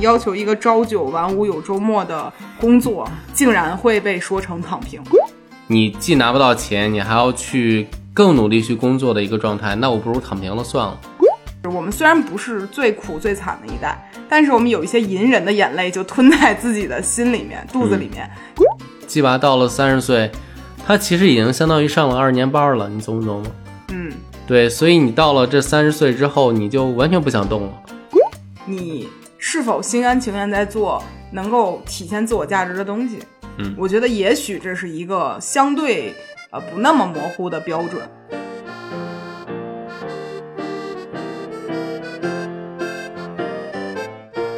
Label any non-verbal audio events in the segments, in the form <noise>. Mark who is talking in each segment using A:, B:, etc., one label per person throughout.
A: 要求一个朝九晚五有周末的工作，竟然会被说成躺平。
B: 你既拿不到钱，你还要去更努力去工作的一个状态，那我不如躺平了算了。
A: 我们虽然不是最苦最惨的一代，但是我们有一些隐忍的眼泪就吞在自己的心里面、肚子里面。
B: 季娃到了三十岁，她其实已经相当于上了二年班了，你懂不懂？
A: 嗯，
B: 对，所以你到了这三十岁之后，你就完全不想动了。
A: 你是否心甘情愿在做能够体现自我价值的东西？
B: 嗯，
A: 我觉得也许这是一个相对呃不那么模糊的标准。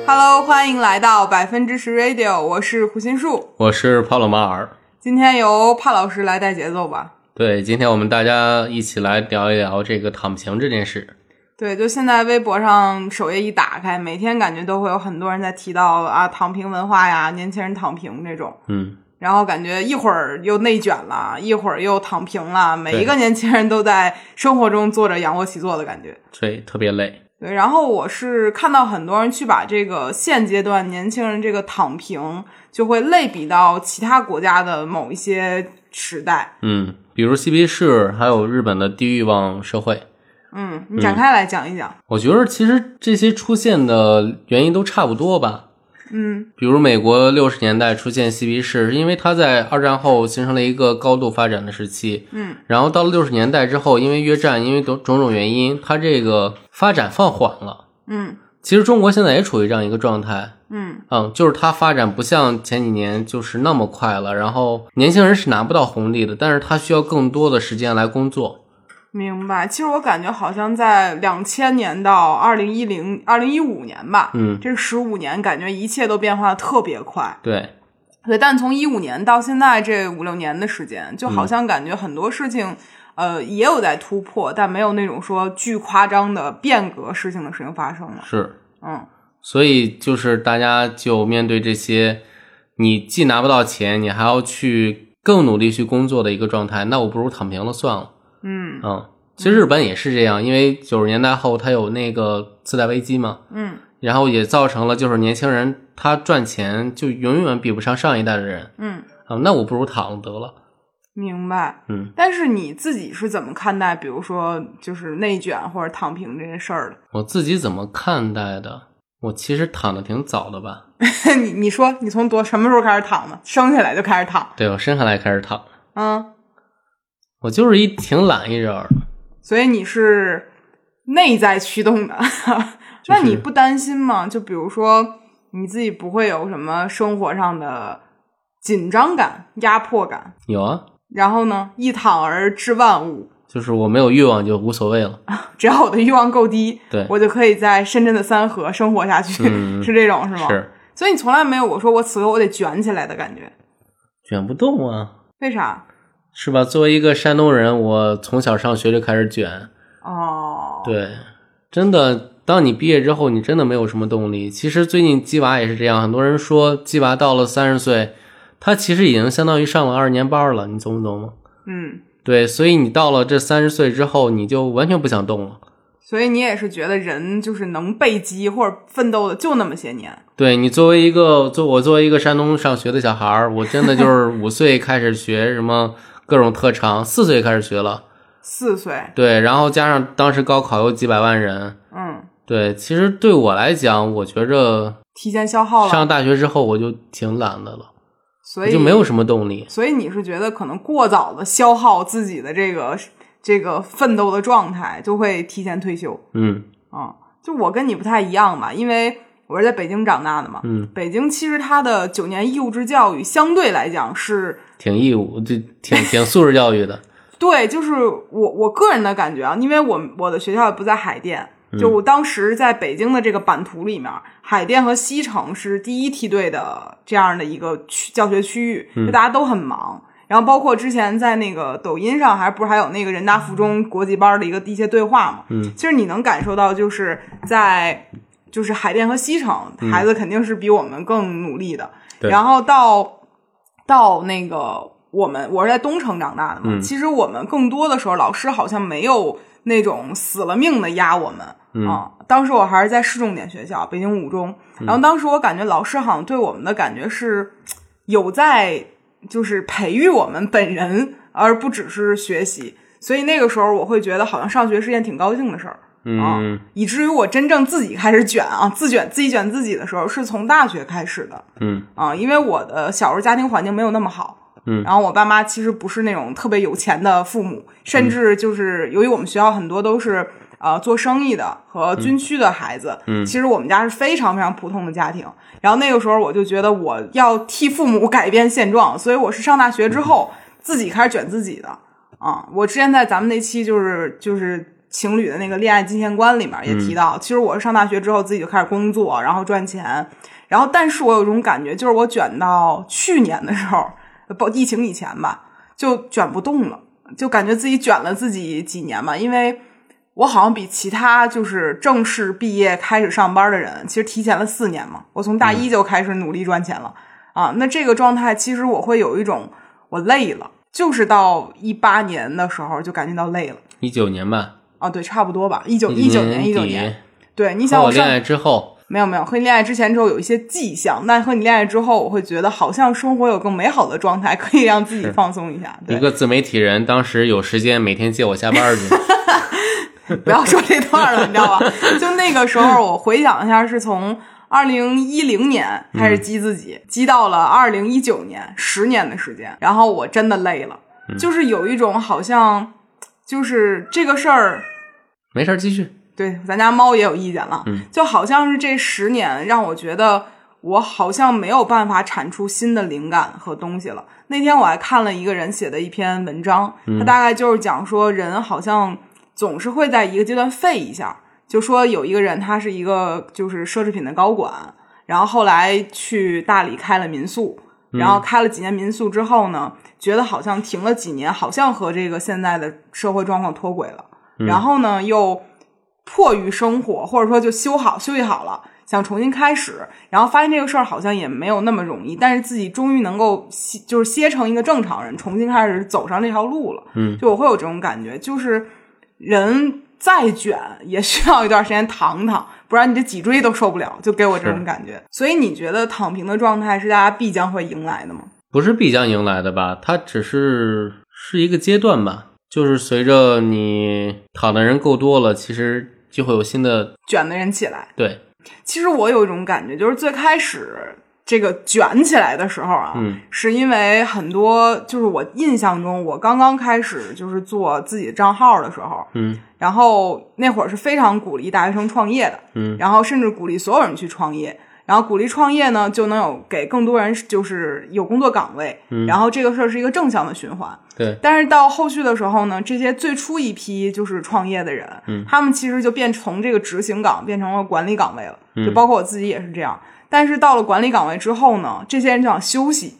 A: Hello，欢迎来到百分之十 Radio，我是胡心树。
B: 我是帕洛马尔，
A: 今天由帕老师来带节奏吧。
B: 对，今天我们大家一起来聊一聊这个躺平这件事。
A: 对，就现在微博上首页一打开，每天感觉都会有很多人在提到啊躺平文化呀，年轻人躺平这种，
B: 嗯，
A: 然后感觉一会儿又内卷了，一会儿又躺平了，每一个年轻人都在生活中做着仰卧起坐的感觉。
B: 对，特别累。
A: 对，然后我是看到很多人去把这个现阶段年轻人这个躺平，就会类比到其他国家的某一些时代。
B: 嗯，比如嬉皮士，还有日本的低欲望社会。
A: 嗯，你展开来讲一讲。
B: 我觉得其实这些出现的原因都差不多吧。
A: 嗯
B: 比如美国六十年代出现嬉皮士，是因为它在二战后形成了一个高度发展的时期。
A: 嗯，
B: 然后到了六十年代之后，因为越战，因为种种种原因，它这个发展放缓了。
A: 嗯
B: 其实中国现在也处于这样一个状态，
A: 嗯
B: 嗯，就是它发展不像前几年就是那么快了。然后年轻人是拿不到红利的，但是他需要更多的时间来工作。
A: 明白。其实我感觉好像在两千年到二零一零、二零一五年吧，
B: 嗯，
A: 这十五年感觉一切都变化的特别快。
B: 对，
A: 对，但从一五年到现在这五六年的时间，就好像感觉很多事情，呃，也有在突破，但没有那种说巨夸张的变革事情的事情发生了。
B: 是。
A: 嗯，
B: 所以就是大家就面对这些，你既拿不到钱，你还要去更努力去工作的一个状态，那我不如躺平了算了。
A: 嗯
B: 嗯，其实日本也是这样，因为九十年代后它有那个次贷危机嘛，
A: 嗯
B: 然后也造成了就是年轻人他赚钱就永远比不上上一代的人
A: 嗯，
B: 啊、嗯那我不如躺了得了。
A: 明白。
B: 嗯，
A: 但是你自己是怎么看待，比如说就是内卷或者躺平这些事儿
B: 我自己怎么看待的？我其实躺的挺早的吧，
A: 的？ <laughs> 你你说你从多什么时候开始躺的？生下来就开始躺？
B: 对我生下来开始躺，
A: 嗯，
B: 我就是一挺懒一人儿。
A: 所以你是内在驱动
B: <laughs>
A: 的，
B: 就
A: 那
B: 是
A: 你不担心吗？就比如说你自己不会有什么生活上的紧张感、压迫感，
B: 有啊，
A: 然后呢，一躺而知万物，
B: 就是我没有欲望就无所谓了。
A: 只要我的欲望够低，
B: 对，
A: 我就可以在深圳的三河生活下去，
B: 嗯
A: <laughs> 是这种是吗？
B: 是
A: 所以你从来没有我说我此刻我得卷起来的感觉，
B: 卷不动啊，
A: 为啥？
B: 是吧？作为一个山东人，我从小上学就开始卷，
A: 哦，，
B: 对，真的。当你毕业之后，你真的没有什么动力。其实最近鸡娃也是这样，很多人说鸡娃到了三十岁，他其实已经相当于上了二年班了，你懂不懂吗？
A: 嗯，
B: 对，所以你到了这三十岁之后，你就完全不想动了。
A: 所以你也是觉得人就是能被激或者奋斗的就那么些年，
B: 对你作为一个作我作为一个山东上学的小孩儿，我真的就是五岁开始学什么各种特长，四岁开始学了，
A: 四岁，
B: 对，然后加上当时高考有几百万人，
A: 嗯，
B: 对，其实对我来讲，我觉着
A: 提前消耗了，
B: 上大学之后我就挺懒的了，
A: 哦所
B: 我
A: 以
B: 就没有什么动力。
A: 所以你是觉得可能过早的消耗自己的这个这个奋斗的状态，就会提前退休
B: 嗯
A: 啊、就我跟你不太一样吧，因为我是在北京长大的嘛。
B: 嗯，
A: 北京其实它的九年义务制教育相对来讲是
B: 挺义务，就挺挺素质教
A: <laughs>
B: 育的。
A: 对，就是我我个人的感觉啊，因为我我的学校也不在海淀，就我当时在北京的这个版图里面，海淀和西城是第一梯队的这样的一个区教学区域，就大家都很忙。然后包括之前在那个抖音上，还不是还有那个人大附中国际班的一个一些对话嘛？
B: 嗯，
A: 其实你能感受到，就是在就是海淀和西城，孩子肯定是比我们更努力的。
B: 对
A: 然后到到那个我们我是在东城长大的嘛，其实我们更多的时候老师好像没有那种死了命的压我们、啊。当时我还是在市重点学校北京五中，然后当时我感觉老师好像对我们的感觉是有在就是培育我们本人，而不只是学习。所以那个时候我会觉得好像上学是件挺高兴的事儿。
B: 嗯
A: 以至于我真正自己开始卷啊，自卷自己卷自己的时候，是从大学开始的
B: 嗯
A: 啊，因为我的小时候家庭环境没有那么好。
B: 嗯
A: 然后我爸妈其实不是那种特别有钱的父母，
B: 嗯
A: 甚至就是由于我们学校很多都是呃做生意的
B: 嗯
A: 和军区的孩子，嗯，其实我们家是非常非常普通的家庭。然后那个时候我就觉得我要替父母改变现状，所以我是上大学之后
B: 嗯
A: 自己开始卷自己的。啊，我之前在咱们那期就是就是情侣的那个恋爱金钱观里面也提到，其实我是上大学之后自己就开始工作，然后赚钱，然后但是我有一种感觉，就是我卷到去年的时候，不疫情以前吧，就卷不动了，就感觉自己卷了自己几年吧，因为。我好像比其他就是正式毕业开始上班的人，其实提前了四年嘛。我从大一就开始努力赚钱了，啊，那这个状态其实我会有一种我累了，就是到一八年的时候就感觉到累了
B: 一九年吧，
A: 啊，对，差不多吧，一九一九年一九年，
B: 年
A: 对，你
B: 嗯底和
A: 想
B: 我
A: 我
B: 恋
A: 上
B: 爱之后，
A: 没有没有和你恋爱之前之后有一些迹象，但和你恋爱之后，我会觉得好像生活有更美好的状态，可以让自己放松一下，
B: 一
A: 对，
B: 个自媒体人当时有时间每天接我下
A: <laughs>
B: 班儿去，
A: 不要说这段
B: <laughs>
A: 了，你知道吧？就那个时候，我回想一下，是从二零一零年开
B: 嗯
A: 始激自己，激到了二零一九年，十年的时间。然后我真的累了，
B: 嗯
A: 就是有一种好像，就是这个事儿，
B: 没事儿继续。
A: 对咱家猫也有意见了，就好像是这十年让我觉得。我好像没有办法产出新的灵感和东西了。那天我还看了一个人写的一篇文章，他大概就是讲说，人好像总是会在一个阶段废一下。就说有一个人，他是一个就是奢侈品的高管，然后后来去大理开了民宿，然后开了几年民宿之后呢，觉得好像停了几年，好像和这个现在的社会状况脱轨了，然后呢又迫于生活，或者说就修好休息好了。想重新开始，然后发现这个事儿好像也没有那么容易，但是自己终于能够歇就是歇成一个正常人，重新开始走上这条路了。嗯，就我会有这种感觉，就是人再卷也需要一段时间躺躺，不然你这脊椎都受不了，就给我这种感觉。所以你觉得躺平的状态是大家必将会迎来的吗？
B: 不是必将迎来的吧？它只是是一个阶段吧，就是随着你躺的人够多了，其实就会有新的
A: 卷的人起来，
B: 对，
A: 其实我有一种感觉，就是最开始这个卷起来的时候啊，
B: 嗯
A: 是因为很多就是我印象中，我刚刚开始就是做自己的账号的时候，
B: 嗯
A: 然后那会儿是非常鼓励大学生创业的，
B: 嗯，
A: 然后甚至鼓励所有人去创业，然后鼓励创业呢，就能有给更多人就是有工作岗位，嗯，然后这个事儿是一个正向的循环。
B: 对，
A: 但是到后续的时候呢，这些最初一批就是创业的人，他们其实就变从这个执行岗变成了管理岗位了，就包括我自己也是这样。但是到了管理岗位之后呢，这些人就想休息，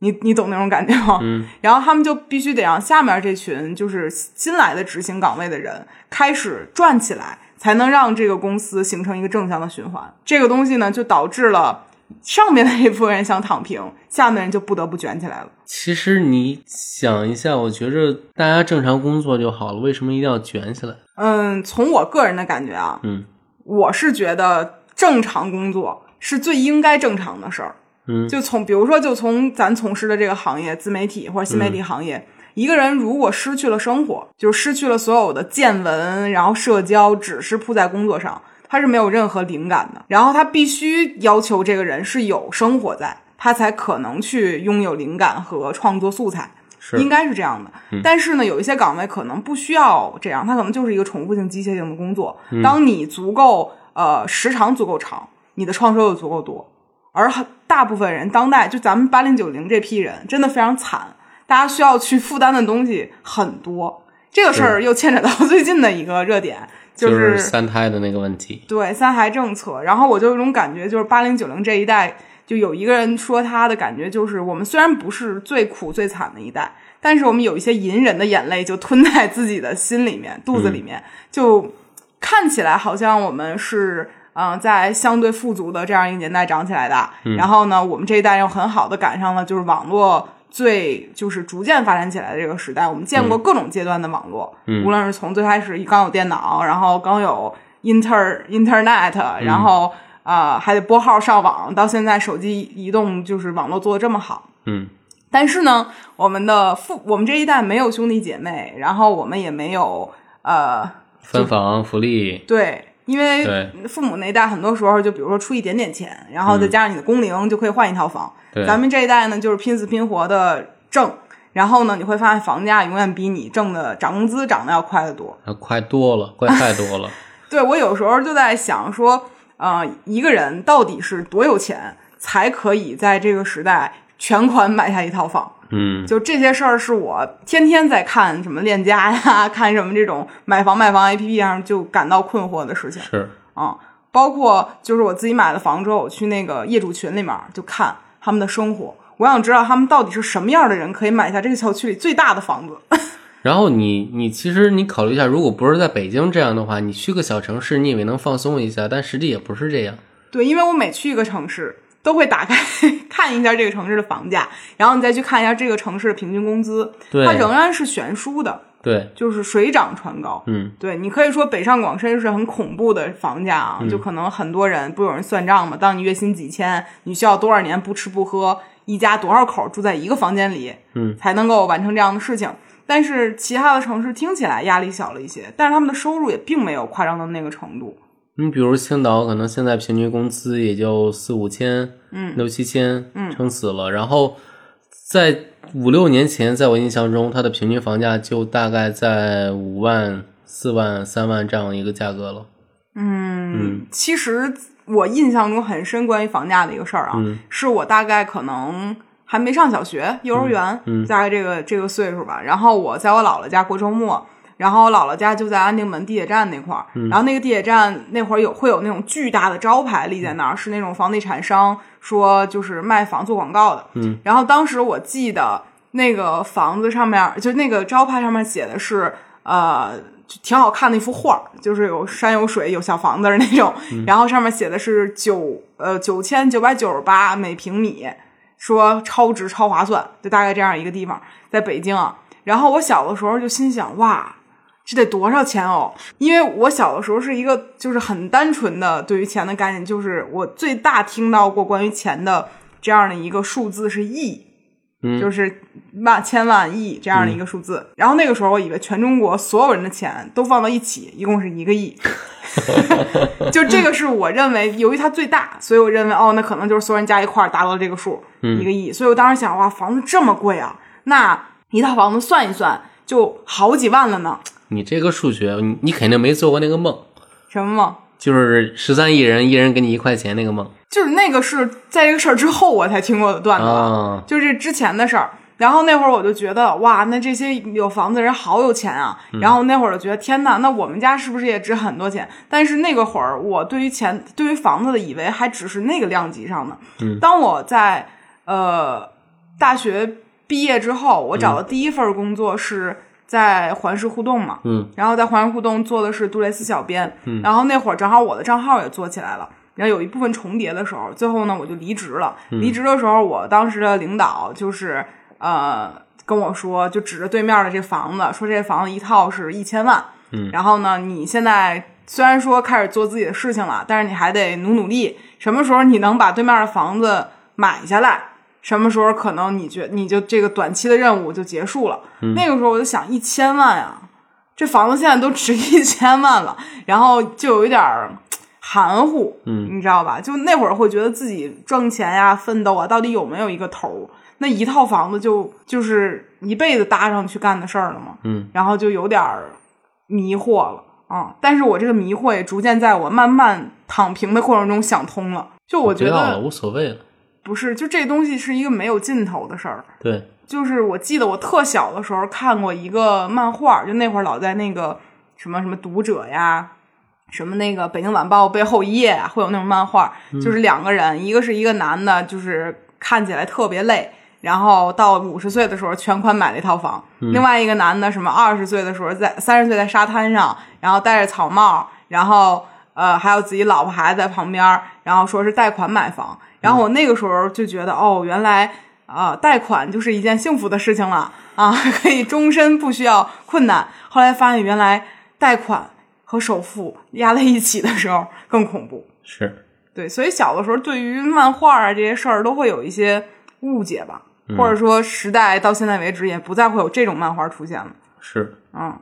A: 你你懂那种感觉吗？然后他们就必须得让下面这群就是新来的执行岗位的人开始转起来，才能让这个公司形成一个正向的循环。这个东西呢，就导致了上面的这部分人想躺平，下面的人就不得不卷起来了。
B: 其实你想一下，我觉着大家正常工作就好了，为什么一定要卷起来？
A: 嗯，从我个人的感觉啊，
B: 嗯，
A: 我是觉得正常工作是最应该正常的事儿。
B: 嗯
A: 就从比如说，就从咱从事的这个行业，自媒体或者新
B: 嗯
A: 媒体行业，一个人如果失去了生活，就失去了所有的见闻，然后社交，只是扑在工作上，他是没有任何灵感的。然后他必须要求这个人是有生活在，他才可能去拥有灵感和创作素材。
B: 是嗯
A: 应该是这样的。但是呢，有一些岗位可能不需要这样，它可能就是一个重复性、机械性的工作。
B: 嗯
A: 当你足够呃时长足够长，你的创收又足够多，而很大部分人，当代就咱们八零九零这批人，真的非常惨，大家需要去负担的东西很多。这个事儿又牵扯到最近的一个热点，
B: 就是
A: 是
B: 三胎的那个问题。
A: 对三孩政策。然后我就有一种感觉，就是八零九零这一代，就有一个人说他的感觉就是，我们虽然不是最苦最惨的一代，但是我们有一些隐忍的眼泪就吞在自己的心里面、肚子里面，就看起来好像我们是。嗯，在相对富足的这样一个年代长起来的，然后呢，我们这一代又很好的赶上了就是网络最就是逐渐发展起来的这个时代，我们见过各种阶段的网络，无论是从最开始一刚有电脑，然后刚有 inter
B: 嗯
A: internet，然后啊、呃还得拨号上网，到现在手机移动就是网络做的这么好，
B: 嗯，
A: 但是呢，我们的父我们这一代没有兄弟姐妹，然后我们也没有呃
B: 分房福利，
A: 对，因为
B: 对嗯
A: 父母那一代很多时候就比如说出一点点钱，然后再加上你的工龄就可以换一套房。
B: 对
A: 咱们这一代呢，就是拼死拼活的挣，然后呢，你会发现房价永远比你挣的涨工资涨得要快得多。
B: 啊，快多了，快太多 <laughs> 了，
A: 对我有时候就在想说，呃，一个人到底是多有钱才可以在这个时代全款买下一套房？
B: 嗯，
A: 就这些事儿是我天天在看什么链家呀， <laughs> 看什么这种买房卖房 APP 上就感到困惑的事情。
B: 是，
A: 啊，包括就是我自己买了房之后，我去那个业主群里面就看他们的生活，我想知道他们到底是什么样的人可以买下这个小区里最大的房子。
B: 然后你你其实你考虑一下，如果不是在北京这样的话，你去个小城市，你以为能放松一下，但实际也不是这样。
A: 对，因为我每去一个城市，都会打开 <laughs> 看一下这个城市的房价，然后你再去看一下这个城市的平均工资，
B: 对
A: 它仍然是悬殊的，
B: 对，
A: 就是水涨船高。
B: 嗯，
A: 对你可以说北上广深是很恐怖的房价啊，
B: 嗯
A: 就可能很多人不有人算账嘛，当你月薪几千，你需要多少年不吃不喝，一家多少口住在一个房间里，
B: 嗯，
A: 才能够完成这样的事情。但是其他的城市听起来压力小了一些，但是他们的收入也并没有夸张到那个程度。
B: 你比如青岛，可能现在平均工资也就四五千，嗯，六七千，嗯，撑死了。然后在五六年前，在我印象中，它的平均房价就大概在五万、四万、三万这样一个价格了。
A: 嗯，其实我印象中很深关于房价的一个事儿啊，是我大概可能还没上小学，幼儿园，大概这个这个岁数吧。然后我在我姥姥家过周末，然后我姥姥家就在安定门地铁站那块儿，然后那个地铁站那会儿有会有那种巨大的招牌立在那儿，是那种房地产商说就是卖房做广告的。嗯，然后当时我记得那个房子上面就那个招牌上面写的是呃。就挺好看的一幅画儿，就是有山有水有小房子的那种，然后上面写的是九呃九千九百九十八每平米，说超值超划算，就大概这样一个地方，在北京啊。然后我小的时候就心想，哇，这得多少钱哦？因为我小的时候是一个就是很单纯的对于钱的概念，就是我最大听到过关于钱的这样的一个数字是亿。就是万千万亿这样的一个数字，然后那个时候我以为全中国所有人的钱都放到一起，一共是一个亿，就这个是我认为，由于它最大，所以我认为哦，那可能就是所有人加一块儿达到这个数，一个亿。所以我当时想，哇，房子这么贵啊，那一套房子算一算就好几万了呢，
B: 你这个数学，你你肯定没做过那个梦，
A: 什么吗？
B: 就是十三亿人，一人给你一块钱那个梦
A: 就是那个是在这个事儿之后我才听过的段子啊
B: 啊。
A: 就是之前的事儿。然后那会儿我就觉得，哇，那这些有房子的人好有钱啊！然后那会儿就觉得，天呐，那我们家是不是也值很多钱？但是那个会儿，我对于钱、对于房子的以为还只是那个量级上的。当我在呃大学毕业之后，我找的第一份工作是在环视互动嘛，
B: 嗯，
A: 然后在环视互动做的是杜蕾斯小编，嗯，然后那会儿正好我的账号也做起来了。然后有一部分重叠的时候，最后呢我就离职了。离职的时候，我当时的领导就是呃跟我说，就指着对面的这房子说，这房子一套是一千万。嗯，然后呢，你现在虽然说开始做自己的事情了，但是你还得努努力。什么时候你能把对面的房子买下来？什么时候可能你觉你就这个短期的任务就结束了？那个时候我就想，一千万啊，这房子现在都值一千万了，然后就有一点儿含糊，嗯，你知道吧？就那会儿会觉得自己挣钱呀、奋斗啊，到底有没有一个头儿？那一套房子就就是一辈子搭上去干的事儿了嘛，
B: 嗯，
A: 然后就有点儿迷惑了啊。但是我这个迷惑也逐渐在我慢慢躺平的过程中想通了。就我觉
B: 不要了，
A: 得
B: 无所谓了。
A: 不是，就这东西是一个没有尽头的事儿。
B: 对，
A: 就是我记得我特小的时候看过一个漫画，就那会儿老在那个什么什么读者呀，什么那个北京晚报背后一页啊，会有那种漫画，就是两个人，一个是一个男的，就是看起来特别累。然后到五十岁的时候全款买了一套房，另外一个男的什么二十岁的时候在三十岁在沙滩上，然后戴着草帽，然后呃还有自己老婆孩子在旁边，然后说是贷款买房。然后我那个时候就觉得哦，原来啊、贷款就是一件幸福的事情了啊， <laughs> 可以终身不需要困难。后来发现原来贷款和首付压在一起的时候更恐怖。
B: 是，
A: 对，所以小的时候对于漫画啊这些事儿都会有一些误解吧，或者说时代到现在为止也不再会有这种漫画出现了。
B: 是，
A: 嗯，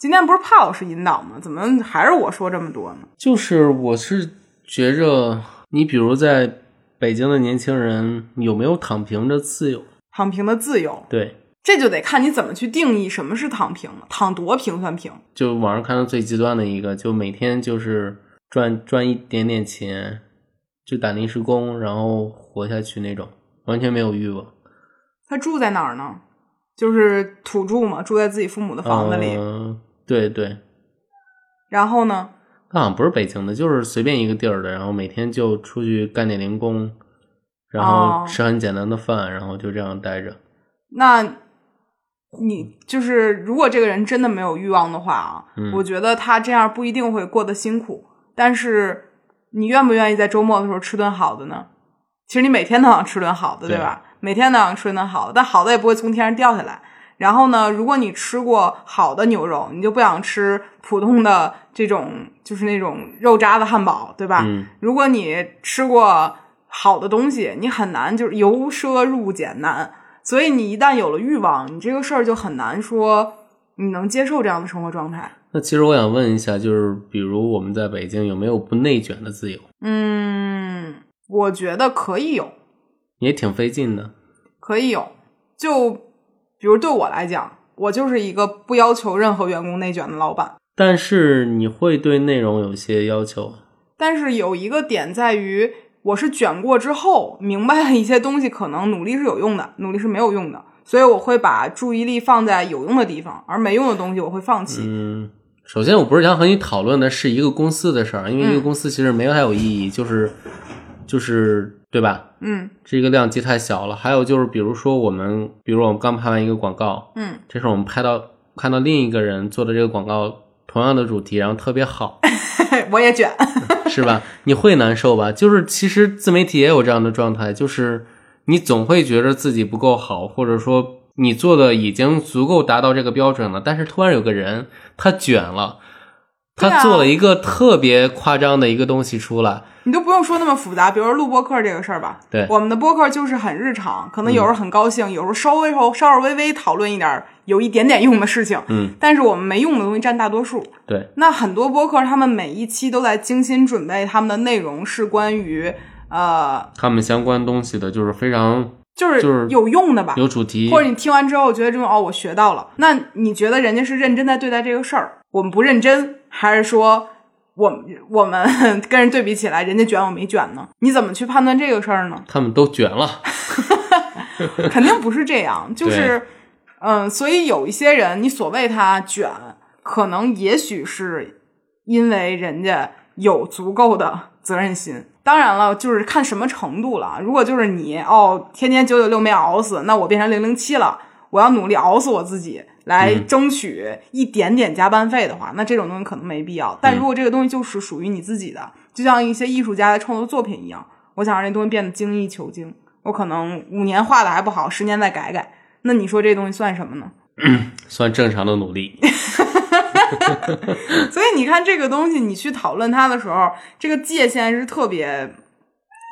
A: 今天不是帕老师引导吗？怎么还是我说这么多呢？
B: 就是我是觉着，你比如在北京的年轻人有没有躺平的自由？
A: 躺平的自由，
B: 对，
A: 这就得看你怎么去定义什么是躺平了。躺多平算平？
B: 就网上看到最极端的一个，就每天就是赚赚一点点钱，就打临时工，然后活下去那种，完全没有欲望。
A: 他住在哪儿呢？就是土著嘛，住在自己父母的房子里。
B: 嗯对对，
A: 然后呢？
B: 他好像不是北京的，就是随便一个地儿的，然后每天就出去干点零工，然
A: 哦
B: 后吃很简单的饭，然后就这样待着。
A: 那你就是如果这个人真的没有欲望的话啊，我觉得他这样不一定会过得辛苦。但是你愿不愿意在周末的时候吃顿好的呢？其实你每天都想吃顿好的，
B: 对
A: 对吧？每天都想吃顿好的，但好的也不会从天上掉下来。然后呢，如果你吃过好的牛肉，你就不想吃普通的这种，就是那种肉渣子汉堡，对吧？
B: 嗯
A: 如果你吃过好的东西，你很难就是由奢入俭难。所以你一旦有了欲望，你这个事儿就很难说你能接受这样的生活状态。
B: 那其实我想问一下，就是比如我们在北京有没有不内卷的自由？
A: 嗯，我觉得可以有，
B: 也挺费劲的。
A: 可以有。就比如对我来讲，我就是一个不要求任何员工内卷的老板。
B: 但是你会对内容有些要求，
A: 但是有一个点在于，我是卷过之后明白了一些东西，可能努力是有用的，努力是没有用的，所以我会把注意力放在有用的地方，而没用的东西我会放弃。
B: 嗯，首先我不是想和你讨论的是一个公司的事儿，因为一个
A: 嗯
B: 公司其实没有太有意义，就是就是对吧？
A: 嗯
B: 这个量级太小了。还有就是，比如说我们，比如我们刚拍完一个广告，
A: 嗯，
B: 这是我们拍到看到另一个人做的这个广告，同样的主题，然后特别好，
A: 嗯 <laughs> 我也卷。
B: 是吧？你会难受吧？就是其实自媒体也有这样的状态，就是你总会觉得自己不够好，或者说你做的已经足够达到这个标准了，但是突然有个人他卷了，
A: 对啊
B: 他做了一个特别夸张的一个东西出来，
A: 你都不用说那么复杂，比如说录播客这个事儿吧。
B: 对
A: 我们的播客就是很日常，可能有时候很高兴，有时候稍微稍稍微微微讨论一点儿有一点点用的事情，
B: 嗯，
A: 但是我们没用的东西占大多数。
B: 对，
A: 那很多播客他们每一期都在精心准备，他们的内容是关于呃，
B: 他们相关东西的就是非常
A: 就是
B: 就是
A: 有用的吧，
B: 有主题，
A: 或者你听完之后觉得这种哦，我学到了，那你觉得人家是认真在对待这个事儿，我们不认真，还是说我们我们跟人对比起来，人家卷我没卷呢？你怎么去判断这个事儿呢？
B: 他们都卷了，
A: 肯定不是这样，就是嗯，所以有一些人，你所谓他卷，可能也许是因为人家有足够的责任心。当然了，就是看什么程度了。如果就是你哦，天天九九六没熬死，那我变成零零七了，我要努力熬死我自己，来争取一点点加班费的话，那这种东西可能没必要。但如果这个东西就是属于你自己的，就像一些艺术家的创作作品一样，我想让这东西变得精益求精，我可能五年画的还不好，十年再改改，那你说这东西算什么呢？
B: 算正常的努力，
A: 所以你看这个东西，你去讨论它的时候，这个界限是特别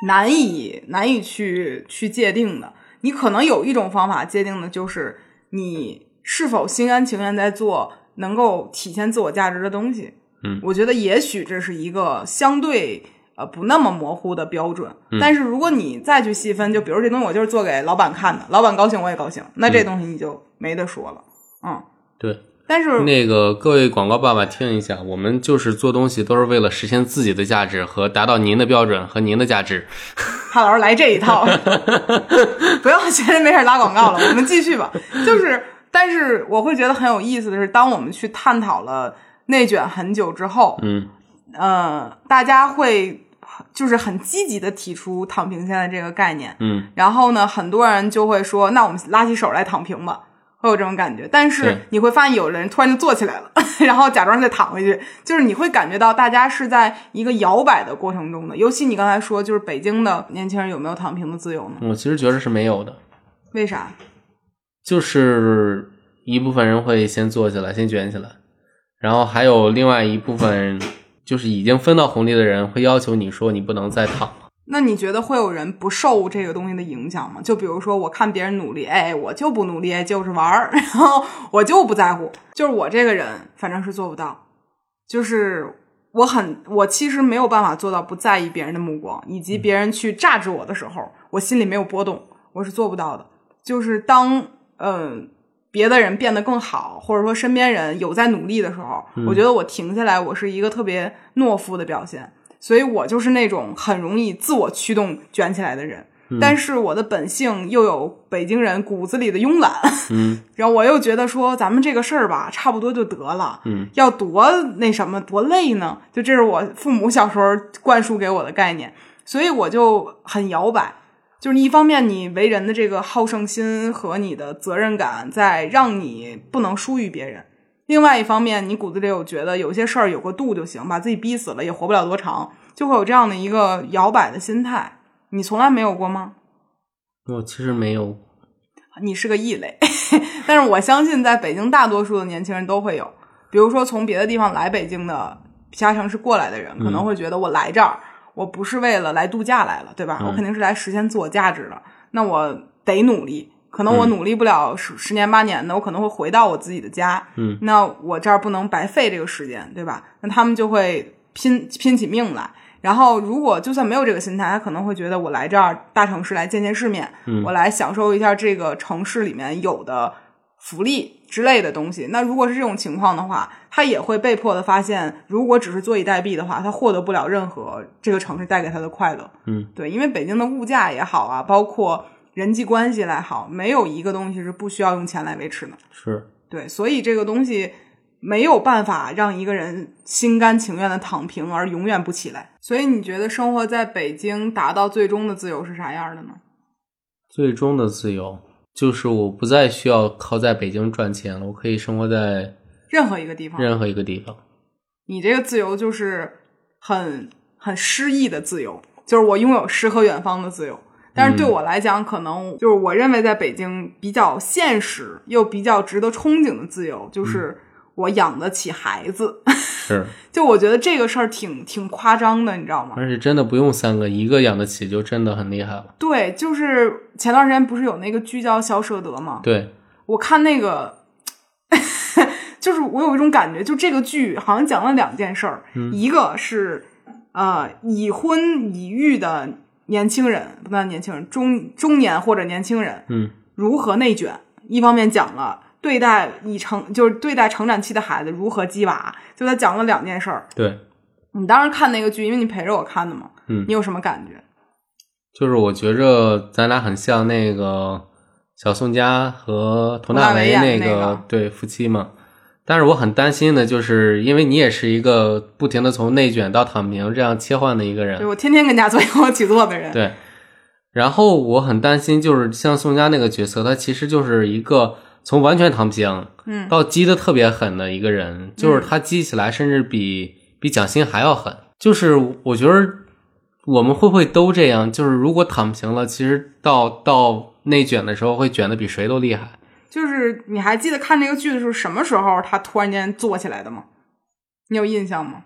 A: 难以难以去去界定的。你可能有一种方法界定的就是你是否心甘情愿在做能够体现自我价值的东西。
B: 嗯，
A: 我觉得也许这是一个相对呃不那么模糊的标准。但是如果你再去细分，就比如这东西我就是做给老板看的，老板高兴我也高兴，那这东西你就没得说了。嗯， <laughs>
B: 对。
A: 但是
B: 那个各位广告爸爸听一下，我们就是做东西都是为了实现自己的价值和达到您的标准和您的价值。
A: 怕老师来这一套， <laughs> 不要闲着没事儿拉广告了。我们继续吧，就是，但是我会觉得很有意思的是，当我们去探讨了内卷很久之后，
B: 嗯，
A: 呃，大家会就是很积极的提出躺平现在这个概念，
B: 嗯，
A: 然后呢，很多人就会说，那我们拉起手来躺平吧。会有这种感觉，但是
B: 对
A: 你会发现有人突然就坐起来了， <laughs> 然后假装再躺回去，就是你会感觉到大家是在一个摇摆的过程中的。尤其你刚才说，就是北京的年轻人有没有躺平的自由呢？
B: 我其实觉得是没有的。
A: 为啥？
B: 就是一部分人会先做起来，先卷起来，然后还有另外一部分就是已经分到红利的人会要求你说你不能再躺了。
A: 那你觉得会有人不受这个东西的影响吗？就比如说，我看别人努力，哎，我就不努力，就是玩儿， <laughs> 然后我就不在乎，就是我这个人反正是做不到，就是我很，我其实没有办法做到不在意别人的目光，以及别人去榨制我的时候，我心里没有波动，我是做不到的。就是当嗯、呃、别的人变得更好，或者说身边人有在努力的时候，我觉得我停下来，我是一个特别懦夫的表现。所以我就是那种很容易自我驱动卷起来的人，
B: 嗯
A: 但是我的本性又有北京人骨子里的慵懒，
B: 嗯，
A: <laughs> 然后我又觉得说咱们这个事儿吧，差不多就得了，
B: 嗯，
A: 要多那什么多累呢？就这是我父母小时候灌输给我的概念，所以我就很摇摆。就是一方面，你为人的这个好胜心和你的责任感，在让你不能输于别人；另外一方面，你骨子里有觉得有些事儿有个度就行，把自己逼死了也活不了多长，就会有这样的一个摇摆的心态。你从来没有过吗？
B: 我其实没有，
A: 你是个异类， <laughs> 但是我相信在北京大多数的年轻人都会有。比如说，从别的地方来北京的其他城市过来的人，可能会觉得我来这儿。我不是为了来度假来了，对吧？
B: 嗯
A: 我肯定是来实现自我价值的。那我得努力，可能我努力不了十十年八年的，我可能会回到我自己的家。
B: 嗯，
A: 那我这儿不能白费这个时间，对吧？那他们就会拼拼起命来。然后，如果就算没有这个心态，他可能会觉得我来这儿大城市来见见世面，
B: 嗯
A: 我来享受一下这个城市里面有的福利之类的东西。那如果是这种情况的话，他也会被迫的发现，如果只是坐以待毙的话，他获得不了任何这个城市带给他的快乐。
B: 嗯，
A: 对，因为北京的物价也好啊，包括人际关系来好，没有一个东西是不需要用钱来维持的。
B: 是
A: 对，所以这个东西没有办法让一个人心甘情愿的躺平而永远不起来。所以你觉得生活在北京达到最终的自由是啥样的呢？
B: 最终的自由，就是我不再需要靠在北京赚钱了，我可以生活在
A: 任何一个地方，
B: 任何一个地方。
A: 你这个自由就是很很诗意的自由，就是我拥有诗和远方的自由。但是对我来讲，可能就是我认为在北京比较现实又比较值得憧憬的自由，就是我养得起孩子。 <laughs>
B: 是，
A: 就我觉得这个事儿挺挺夸张的，你知道吗？
B: 而且真的不用三个，一个养得起就真的很厉害了。
A: 对，就是前段时间不是有那个聚焦小舍得吗？
B: 对，
A: 我看那个， <laughs> 就是我有一种感觉，就这个剧好像讲了两件事儿，
B: 嗯
A: 一个是呃已婚已育的年轻人，不算年轻人，中中年或者年轻人，
B: 嗯，
A: 如何内卷。一方面讲了对待已成就是对待成长期的孩子如何鸡娃，就他讲了两件事儿。
B: 对，
A: 你当时看那个剧，因为你陪着我看的嘛，
B: 嗯
A: 你有什么感觉？
B: 就是我觉着咱俩很像那个小宋佳和佟大为
A: 佟大
B: 啊
A: 为
B: 那
A: 演的
B: 个、
A: 那个
B: 对夫妻嘛。但是我很担心的就是，因为你也是一个不停的从内卷到躺平这样切换的一个人
A: 对，我天天跟家做 <laughs> 仰卧起坐的人，
B: 对。然后我很担心，就是像宋佳那个角色，他其实就是一个从完全躺平，
A: 嗯
B: 到激的特别狠的一个人，就是他激起来甚至比比蒋欣还要狠。就是我觉得我们会不会都这样？就是如果躺平了，其实到到内卷的时候会卷的比谁都厉害。
A: 就是你还记得看这个剧的时候，什么时候他突然间坐起来的吗？你有印象吗？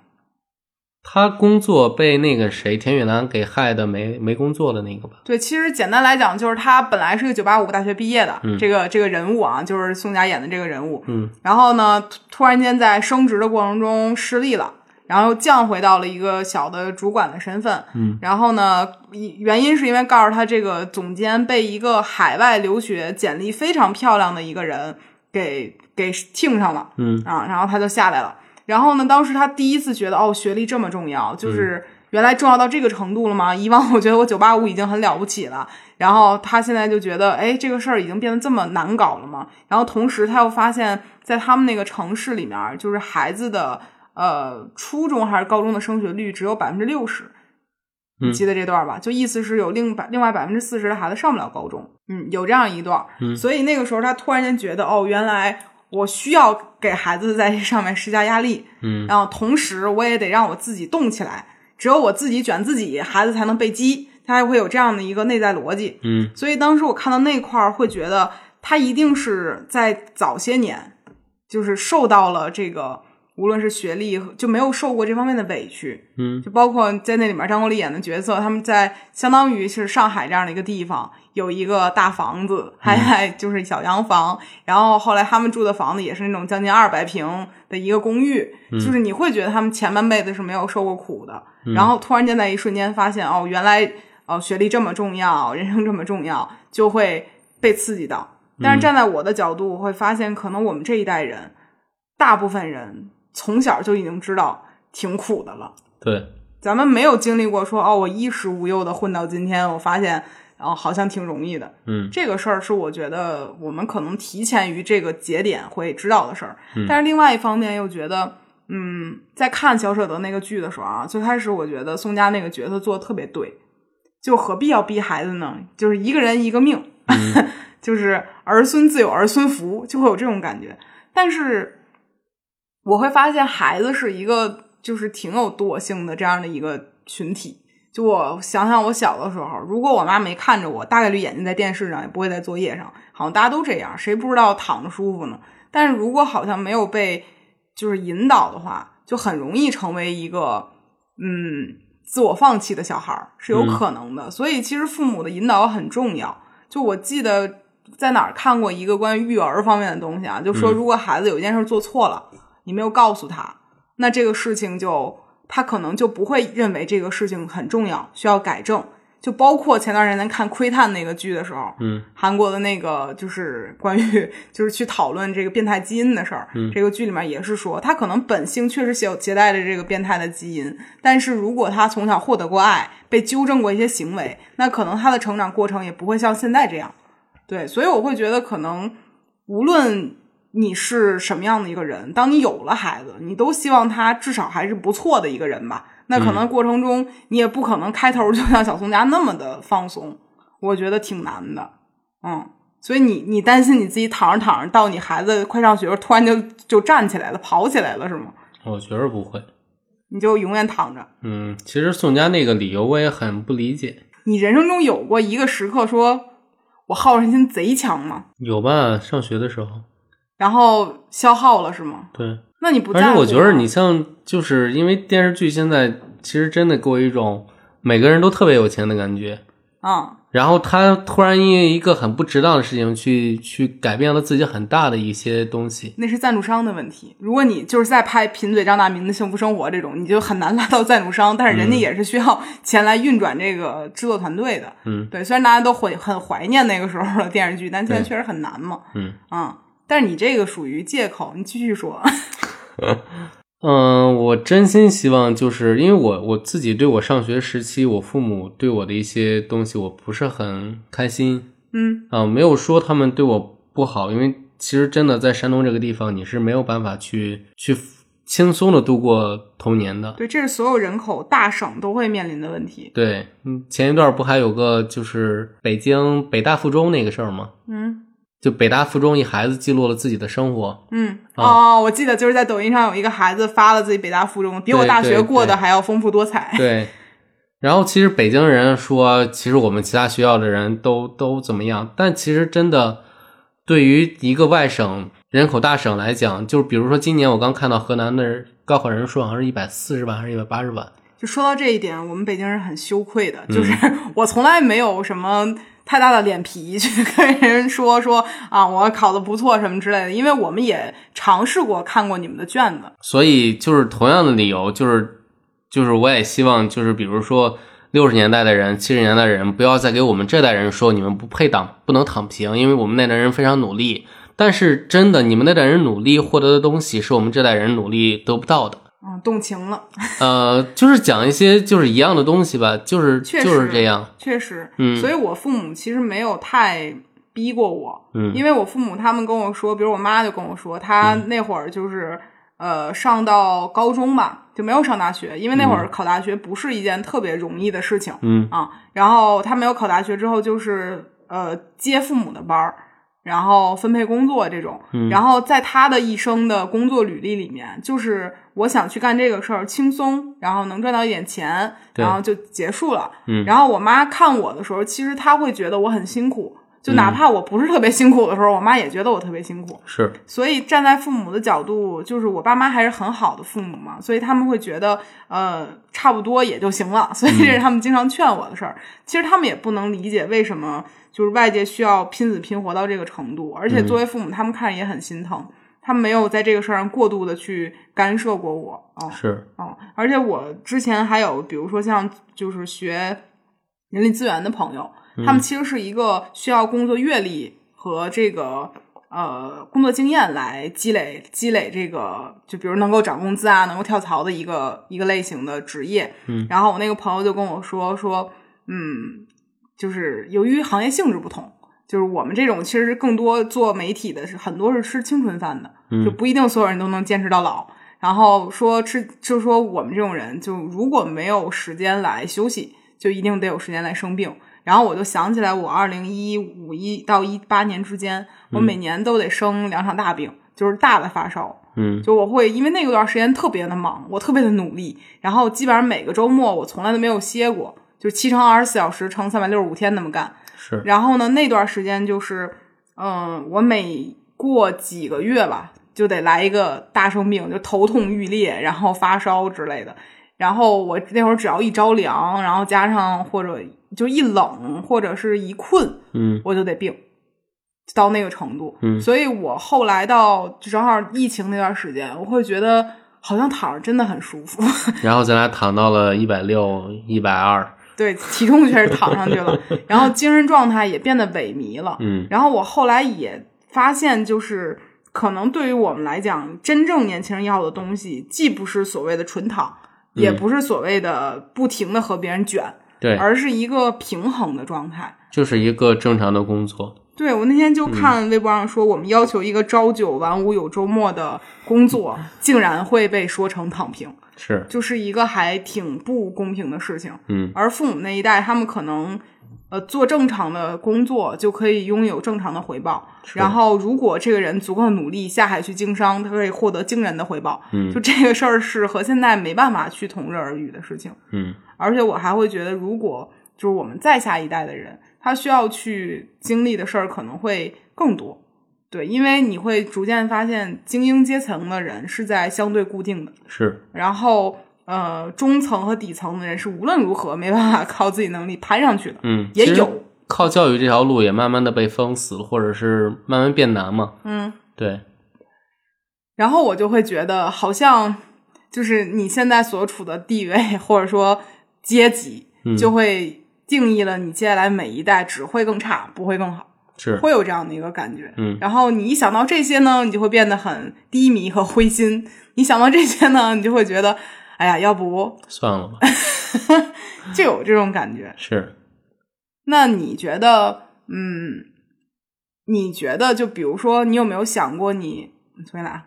B: 他工作被那个谁田雨岚给害的没没工作的那个吧？
A: 对，其实简单来讲，就是他本来是个九八五大学毕业的、
B: 嗯
A: 这个这个人物啊，就是宋佳演的这个人物。
B: 嗯，
A: 然后呢，突突然间在升职的过程中失利了，然后又降回到了一个小的主管的身份。
B: 嗯，
A: 然后呢，一原因是因为告诉他这个总监被一个海外留学、简历非常漂亮的一个人给给听上了。
B: 嗯
A: 啊，然后他就下来了。然后呢，当时他第一次觉得哦，学历这么重要，就是原来重要到这个程度了吗？以往我觉得我九八五已经很了不起了，然后他现在就觉得，哎，这个事儿已经变得这么难搞了吗？然后同时他又发现，在他们那个城市里面，就是孩子的呃初中还是高中的升学率只有百分之六十。你
B: 嗯
A: 记得这段吧？就意思是有另百另外百分之四十的孩子上不了高中，嗯，有这样一段，
B: 嗯
A: 所以那个时候他突然间觉得，哦，原来我需要给孩子在这上面施加压力，
B: 嗯
A: 然后同时我也得让我自己动起来，只有我自己卷自己，孩子才能被激，它还会有这样的一个内在逻辑。
B: 嗯，
A: 所以当时我看到那块儿，会觉得它一定是在早些年，就是受到了这个无论是学历就没有受过这方面的委屈。
B: 嗯，
A: 就包括在那里面张国立演的角色，他们在相当于是上海这样的一个地方，有一个大房子，
B: 嗯
A: 还还就是小洋房，然后后来他们住的房子也是那种将近二百平的一个公寓，
B: 嗯
A: 就是你会觉得他们前半辈子是没有受过苦的，然后突然间在一瞬间发现哦，原来哦学历这么重要，人生这么重要，就会被刺激到。但是站在我的角度，我会发现可能我们这一代人，大部分人从小就已经知道挺苦的了。
B: 对，
A: 咱们没有经历过说哦，我衣食无忧的混到今天，我发现哦好像挺容易的。
B: 嗯，
A: 这个事儿是我觉得我们可能提前于这个节点会知道的事儿。但是另外一方面又觉得，嗯，在看小舍得那个剧的时候啊，最开始我觉得宋佳那个角色做的特别对，就何必要逼孩子呢？就是一个人一个命， <laughs> 就是儿孙自有儿孙福，就会有这种感觉。但是我会发现，孩子是一个就是挺有惰性的这样的一个群体。就我想想，我小的时候，如果我妈没看着我，大概率眼睛在电视上，也不会在作业上。好像大家都这样，谁不知道躺着舒服呢？但是如果好像没有被就是引导的话，就很容易成为一个嗯自我放弃的小孩儿是有可能的。所以其实父母的引导很重要。就我记得在哪儿看过一个关于育儿方面的东西啊，就说如果孩子有一件事做错了，你没有告诉他，那这个事情就他可能就不会认为这个事情很重要，需要改正。就包括前段时间咱看《窥探》那个剧的时候，
B: 嗯，
A: 韩国的那个就是关于就是去讨论这个变态基因的事儿，嗯，这个剧里面也是说，他可能本性确实携携带着这个变态的基因，但是如果他从小获得过爱，被纠正过一些行为，那可能他的成长过程也不会像现在这样。对，所以我会觉得，可能无论你是什么样的一个人，当你有了孩子，你都希望他至少还是不错的一个人吧。那可
B: 嗯
A: 能过程中，你也不可能开头就像小宋佳那么的放松，我觉得挺难的。嗯，所以你你担心你自己躺着躺着，到你孩子快上学，突然就就站起来了，跑起来了是吗？
B: 我觉着不会。
A: 你就永远躺着。
B: 嗯，其实宋佳那个理由我也很不理解。
A: 你人生中有过一个时刻说，我好胜心贼强吗？
B: 有吧？上学的时候，
A: 然后消耗了是吗？
B: 对，
A: 那你不在
B: 而
A: 乎吗？啊
B: 且我觉得你像就是因为电视剧现在其实真的给我一种每个人都特别有钱的感觉，
A: 啊、
B: 然后他突然因为一个很不值当的事情去去改变了自己很大的一些东西。
A: 那是赞助商的问题。如果你就是在拍《贫嘴张大民的幸福生活》这种，你就很难拉到赞助商，但是人家
B: 嗯
A: 也是需要钱来运转这个制作团队的。
B: 嗯，
A: 对，虽然大家都很很怀念那个时候的电视剧，但现在
B: 对
A: 确实很难嘛。
B: 嗯
A: 但是你这个属于借口，你继续说。 <laughs>
B: 嗯，我真心希望就是因为我我自己对我上学时期我父母对我的一些东西我不是很开心，
A: 嗯
B: 啊、没有说他们对我不好，因为其实真的在山东这个地方，你是没有办法去去轻松的度过童年的。
A: 对，这是所有人口大省都会面临的问题。
B: 对，嗯，前一段不还有个就是北京北大附中那个事儿吗？
A: 嗯
B: 就北大附中一孩子记录了自己的生活，
A: 嗯，
B: 啊
A: 哦，我记得就是在抖音上有一个孩子发了自己北大附中，比我
B: 对
A: 大学
B: 对
A: 过得
B: 对
A: 还要丰富多彩。
B: 对。然后其实北京人说，其实我们其他学校的人都都怎么样，但其实真的对于一个外省人口大省来讲，就是比如说今年我刚看到河南的高考人数好像是一百四十万还是一百八十万，
A: 就说到这一点，我们北京人很羞愧的，就是我从来没有什么太大的脸皮去 <laughs> 跟人说说啊，我考的不错什么之类的，因为我们也尝试过看过你们的卷子，
B: 所以就是同样的理由，就是就是我也希望就是比如说六十年代的人、七十年代的人，不要再给我们这代人说你们不配躺不能躺平，因为我们那代人非常努力。但是真的，你们那代人努力获得的东西，是我们这代人努力得不到的。
A: 嗯，动情了，
B: 呃，就是讲一些就是一样的东西吧，就是
A: 确
B: 就
A: 实
B: 是这样。
A: 确实，
B: 嗯
A: 所以我父母其实没有太逼过我，
B: 嗯
A: 因为我父母他们跟我说，比如我妈就跟我说，她那会儿就是。呃，上到高中吧，就没有上大学，因为那会儿考大学不是一件特别容易的事情。
B: 嗯
A: 啊，然后他没有考大学之后，就是呃接父母的班儿，然后分配工作这种。
B: 嗯
A: 然后在他的一生的工作履历里面，就是我想去干这个事儿，轻松，然后能赚到一点钱，
B: 对
A: 然后就结束了。
B: 嗯
A: 然后我妈看我的时候，其实她会觉得我很辛苦，就哪怕我不是特别辛苦的时候，我妈也觉得我特别辛苦。
B: 是
A: 所以站在父母的角度，就是我爸妈还是很好的父母嘛，所以他们会觉得，呃，差不多也就行了。 <laughs> 所以这是他们经常劝我的事儿。其实他们也不能理解为什么就是外界需要拼死拼活到这个程度，而且作为父母，他们看着也很心疼，他们没有在这个事儿上过度的去干涉过我啊。
B: 是，
A: 哦，而且我之前还有，比如说像就是学人力资源的朋友，他们其实是一个需要工作阅历和这个呃工作经验来积累积累这个，就比如能够涨工资啊，能够跳槽的一个一个类型的职业。
B: 嗯，
A: 然后我那个朋友就跟我说说，嗯，就是由于行业性质不同。就是我们这种其实更多做媒体的是很多是吃青春饭的，就不一定所有人都能坚持到老。然后说吃，就是说我们这种人，就如果没有时间来休息，就一定得有时间来生病。然后我就想起来，我二零一五一到一八年之间，我每年都得生两场大病，就是大的发烧。
B: 嗯
A: 就我会因为那个段时间特别的忙，我特别的努力，然后基本上每个周末我从来都没有歇过，就是七乘二十四小时乘三百六十五天那么干。
B: 是，
A: 然后呢，那段时间就是，嗯，我每过几个月吧，就得来一个大生病，就头痛欲裂，然后发烧之类的。然后我那会儿只要一着凉，然后加上或者就一冷或者是一困，
B: 嗯
A: 我就得病，到那个程度。
B: 嗯
A: 所以我后来到就正好疫情那段时间，我会觉得好像躺着真的很舒服。
B: 然后咱俩躺到了一百六、一百二，
A: 对，体重确实躺上去了，然后精神状态也变得萎靡了。
B: 嗯
A: 然后我后来也发现，就是可能对于我们来讲，真正年轻人要的东西，既不是所谓的纯躺，也不是所谓的不停的和别人卷，
B: 嗯对，
A: 而是一个平衡的状态。
B: 就是一个正常的工作，
A: 对我那天
B: 嗯
A: 就看微博上说，我们要求一个朝九晚五有周末的工作，竟然会被说成躺平，
B: 是，
A: 就是一个还挺不公平的事情。
B: 嗯
A: 而父母那一代，他们可能呃做正常的工作就可以拥有正常的回报，然后如果这个人足够努力，下海去经商，他可以获得惊人的回报。
B: 嗯
A: 就这个事儿是和现在没办法去同日而语的事情。
B: 嗯
A: 而且我还会觉得，如果就是我们再下一代的人，他需要去经历的事儿可能会更多。对，因为你会逐渐发现，精英阶层的人是在相对固定的，
B: 是，
A: 然后呃，中层和底层的人是无论如何没办法靠自己能力攀上去的。
B: 嗯，
A: 也
B: 其实
A: 有
B: 靠教育这条路也慢慢的被封死了，或者是慢慢变难嘛，
A: 嗯，
B: 对，
A: 然后我就会觉得，好像就是你现在所处的地位或者说阶级，
B: 嗯
A: 就会定义了你接下来每一代只会更差，不会更好。
B: 是，
A: 会有这样的一个感觉。
B: 嗯
A: 然后你一想到这些呢，你就会变得很低迷和灰心；你想到这些呢，你就会觉得，哎呀，要不
B: 算了吧，
A: 就有这种感觉。
B: 是，
A: 那你觉得，嗯，你觉得，就比如说，你有没有想过你重新来啊？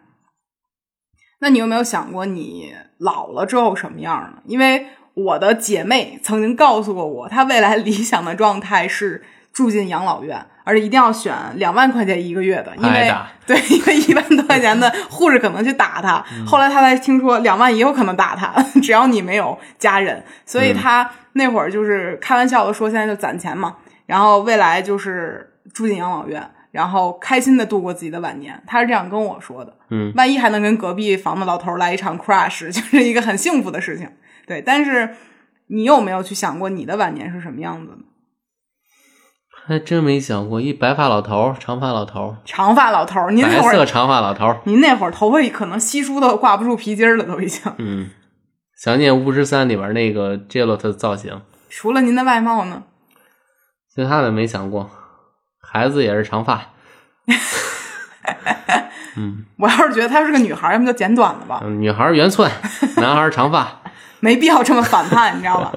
A: 那你有没有想过你老了之后什么样呢？因为我的姐妹曾经告诉过我，她未来理想的状态是住进养老院，而且一定要选两万块钱一个月的，因
B: 挨
A: 为
B: 打
A: <laughs> 对，因为一万多块钱的护士可能去打她。
B: 嗯
A: 后来她才听说两万也有可能打她， <laughs> 只要你没有家人，所
B: 嗯
A: 以她那会儿就是开玩笑的说，现在就攒钱嘛，然后未来就是住进养老院，然后开心的度过自己的晚年。她是这样跟我说的。
B: 嗯
A: 万一还能跟隔壁房的老头儿来一场 crash，就是 <laughs> 一个很幸福的事情。对，但是你有没有去想过你的晚年是什么样子呢？
B: 还真没想过，一白发老头儿，长发老头儿，
A: 长发老头儿，您
B: 白
A: 那会
B: 色
A: 儿，
B: 长发老头儿，
A: 您那会儿头发可能稀疏的挂不住皮筋儿了，都已经。
B: 嗯，想念《巫师三》里边那个 j l o t 的造型，
A: 除了您的外貌呢？
B: 其他的没想过。孩子也是长发，
A: 我要是觉得她是个女孩儿，要么就剪短了
B: <laughs>
A: 吧，
B: 嗯，女孩儿圆
A: <laughs>
B: 寸，男孩儿长发。
A: 没必要这么反叛，你知道
B: <laughs>
A: 吧？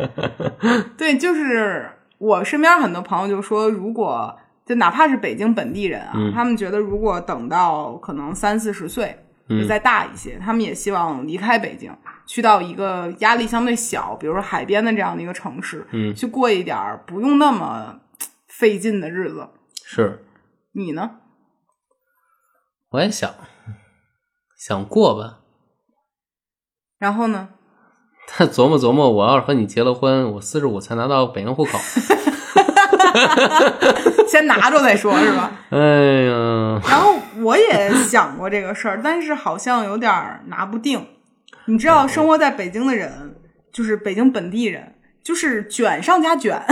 A: 对，就是我身边很多朋友就说，如果就哪怕是北京本地人啊，
B: 嗯
A: 他们觉得如果等到可能三四十岁，就
B: 嗯
A: 再大一些，他们也希望离开北京，去到一个压力相对小，比如说海边的这样的一个城市，
B: 嗯
A: 去过一点儿不用那么费劲的日子。
B: 是
A: 你呢？
B: 我也想想过吧， <laughs>
A: 然后呢？
B: 但琢磨琢磨，我要是和你结了婚，我四十五才拿到北京户口，
A: 先拿着再说，是吧？
B: 哎呀，
A: 然后我也想过这个事儿，但是好像有点儿拿不定。你知
B: 嗯
A: 道，生活在北京的人，就是北京本地人，就是卷上加卷。 <laughs>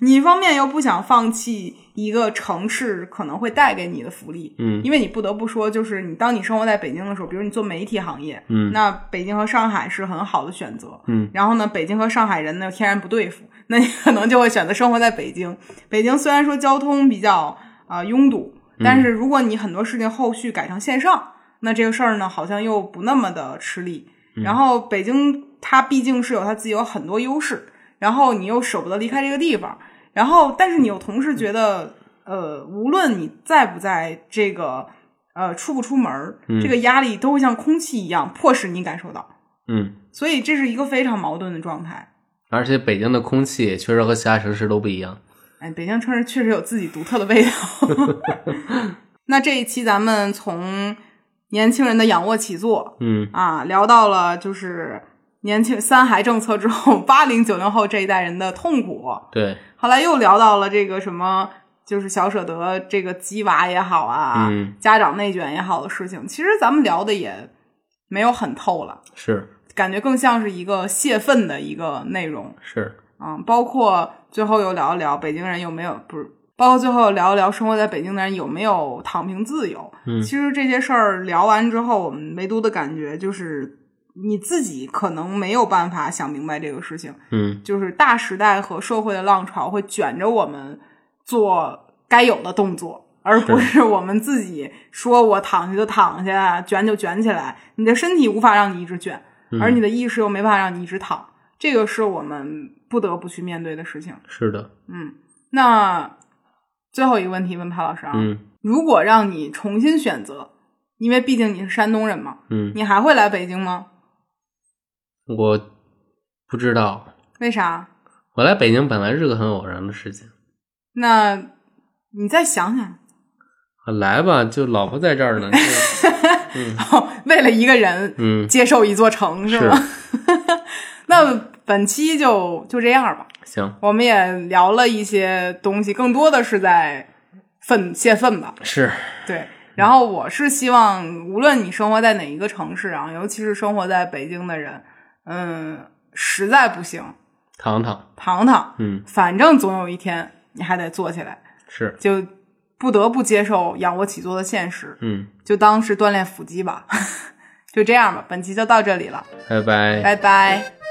A: 你一方面又不想放弃一个城市可能会带给你的福利，
B: 嗯
A: 因为你不得不说，就是你当你生活在北京的时候，比如你做媒体行业，
B: 嗯
A: 那北京和上海是很好的选择，
B: 嗯，
A: 然后呢，北京和上海人呢天然不对付，那你可能就会选择生活在北京。北京虽然说交通比较啊、呃拥堵，但是如果你很多事情后续改成线上，那这个事儿呢好像又不那么的吃力。然后北京它毕竟是有它自己有很多优势，然后你又舍不得离开这个地方，然后但是你又同时觉得，呃，无论你在不在这个呃出不出门儿，这个压力都会像空气一样迫使你感受到，
B: 嗯，
A: 所以这是一个非常矛盾的状态。
B: 而且北京的空气也确实和其他城市都不一样。
A: 哎，北京城市确实有自己独特的味道。 <laughs> 那这一期咱们从年轻人的仰卧起坐
B: 嗯
A: 啊，聊到了就是年轻三孩政策之后，八零九零后这一代人的痛苦。，
B: 对，
A: 后来又聊到了这个什么，就是小舍得这个鸡娃也好啊，
B: 嗯
A: 家长内卷也好的事情，其实咱们聊的也没有很透了，
B: 是
A: 感觉更像是一个泄愤的一个内容
B: 是，
A: 啊、包括最后又聊一聊北京人有没有不是。包括最后聊一聊生活在北京的人有没有躺平自由。
B: 嗯
A: 其实这些事儿聊完之后，我们唯独的感觉就是你自己可能没有办法想明白这个事情，
B: 嗯
A: 就是大时代和社会的浪潮会卷着我们做该有的动作，而不是我们自己说我躺下就躺下，卷就卷起来。你的身体无法让你一直卷，
B: 嗯
A: 而你的意识又没办法让你一直躺，这个是我们不得不去面对的事情。
B: 是的，
A: 那最后一个问题问潘老师啊，
B: 嗯
A: 如果让你重新选择，因为毕竟你是山东人嘛，
B: 嗯，
A: 你还会来北京吗？
B: 我不知道，
A: 为啥？
B: 我来北京本来是个很偶然的事情，
A: 那你再想想，
B: 啊来吧，就老婆在这儿呢， <laughs> 就
A: <laughs> 哦为了一个人，
B: 嗯，
A: 接受一座城，是吗？ <laughs> 那本期就就这样吧。
B: 行，
A: 我们也聊了一些东西，更多的是在愤泄愤吧。
B: 是，
A: 对，然后我是希望，无论你生活在哪一个城市啊，尤其是生活在北京的人，嗯，实在不行
B: 躺躺，
A: 躺躺，
B: 嗯，
A: 反正总有一天你还得坐起来，
B: 是，
A: 就不得不接受仰卧起坐的现实，
B: 嗯，
A: 就 <laughs> 当是锻炼腹肌吧。就这样吧，本期就到这里了，
B: 拜拜。
A: 拜拜。